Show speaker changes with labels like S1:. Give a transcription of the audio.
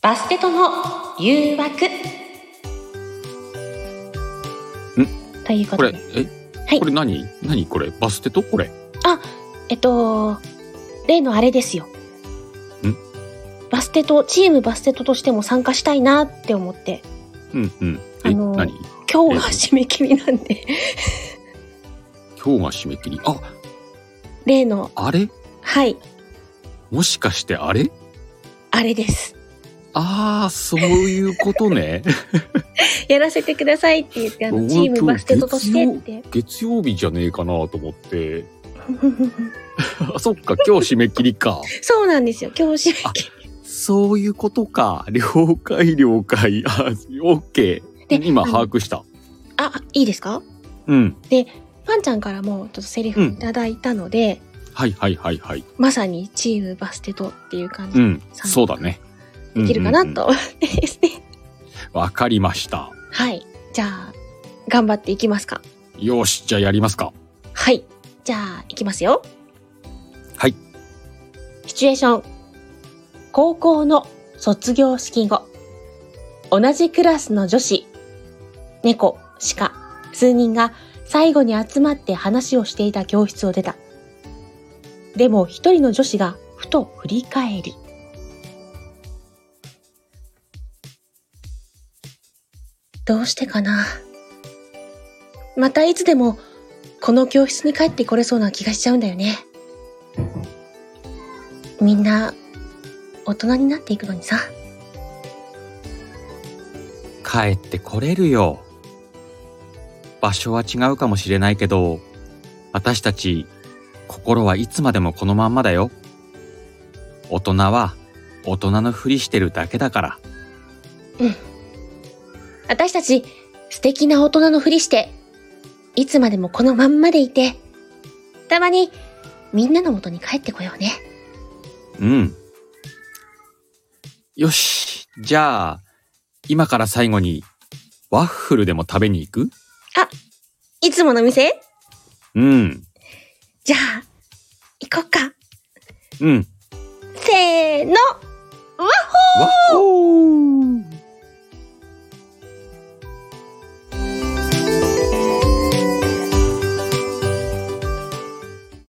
S1: バステとの誘惑というこ
S2: ことれ
S1: で、
S2: え、
S1: はい
S2: これ何何これバステとこれ
S1: えっと例のあれですよバステとチームバステととしても参加したいなって思って
S2: うんうん。え、
S1: あのー
S2: 何
S1: 今日が締め切りなんで
S2: 今日が締め切り。あ、
S1: 例の
S2: あれ
S1: はい
S2: もしかしてあれ
S1: あれです
S2: ああ、そういうことね。
S1: やらせてくださいって言ってあ
S2: お
S1: の
S2: ー
S1: チームバステととしてって
S2: 月曜日じゃねえかなと思って。あ、そっか、今日締め切りか。
S1: そうなんですよ今日締め切り
S2: そういうことか。了解了解。 あ、オッケー。
S1: で
S2: 今
S1: あの
S2: 把握した。
S1: あいいですか
S2: うん。
S1: パンちゃんからもちょっとセリフいただいたので、
S2: はいはいはいはい。
S1: まさにチームバステとっていう感じ
S2: う
S1: で
S2: ん。そうだね。
S1: できるか
S2: う
S1: な
S2: う
S1: ん
S2: んうん
S1: と思ってですね、
S2: わかりました。
S1: はいじゃあ頑張っていきますか
S2: よし、じゃあやりますか。
S1: はいじゃあいきますよ
S2: はい
S1: シチュエーション高校の卒業式後同じクラスの女子猫鹿数人が最後に集まって話をしていた教室を出たでも一人の女子がふと振り返りどうしてかなまたいつでもこの教室に帰ってこれそうな気がしちゃうんだよねみんな大人になっていくのにさ
S2: 帰ってこれるよ。場所は違うかもしれないけど、私たち、心はいつまでもこのまんまだよ。大人は、大人のふりしてるだけだから。
S1: 私たち素敵な大人のふりしていつまでもこのまんまでいてたまにみんなの元に帰ってこようね
S2: うん。よし、じゃあ、今から最後に、ワッフルでも食べに行く
S1: いつもの店
S2: うん、
S1: じゃあ行こっか
S2: うん。
S1: せーの
S2: ワッホー